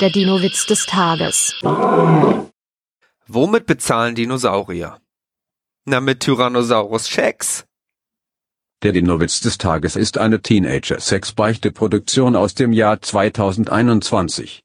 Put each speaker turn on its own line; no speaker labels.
Der Dino-Witz des Tages.
Womit bezahlen Dinosaurier? Na, mit Tyrannosaurus-Schecks.
Der Dinowitz des Tages ist eine Teenager-Sex-Beichte-Produktion aus dem Jahr 2021.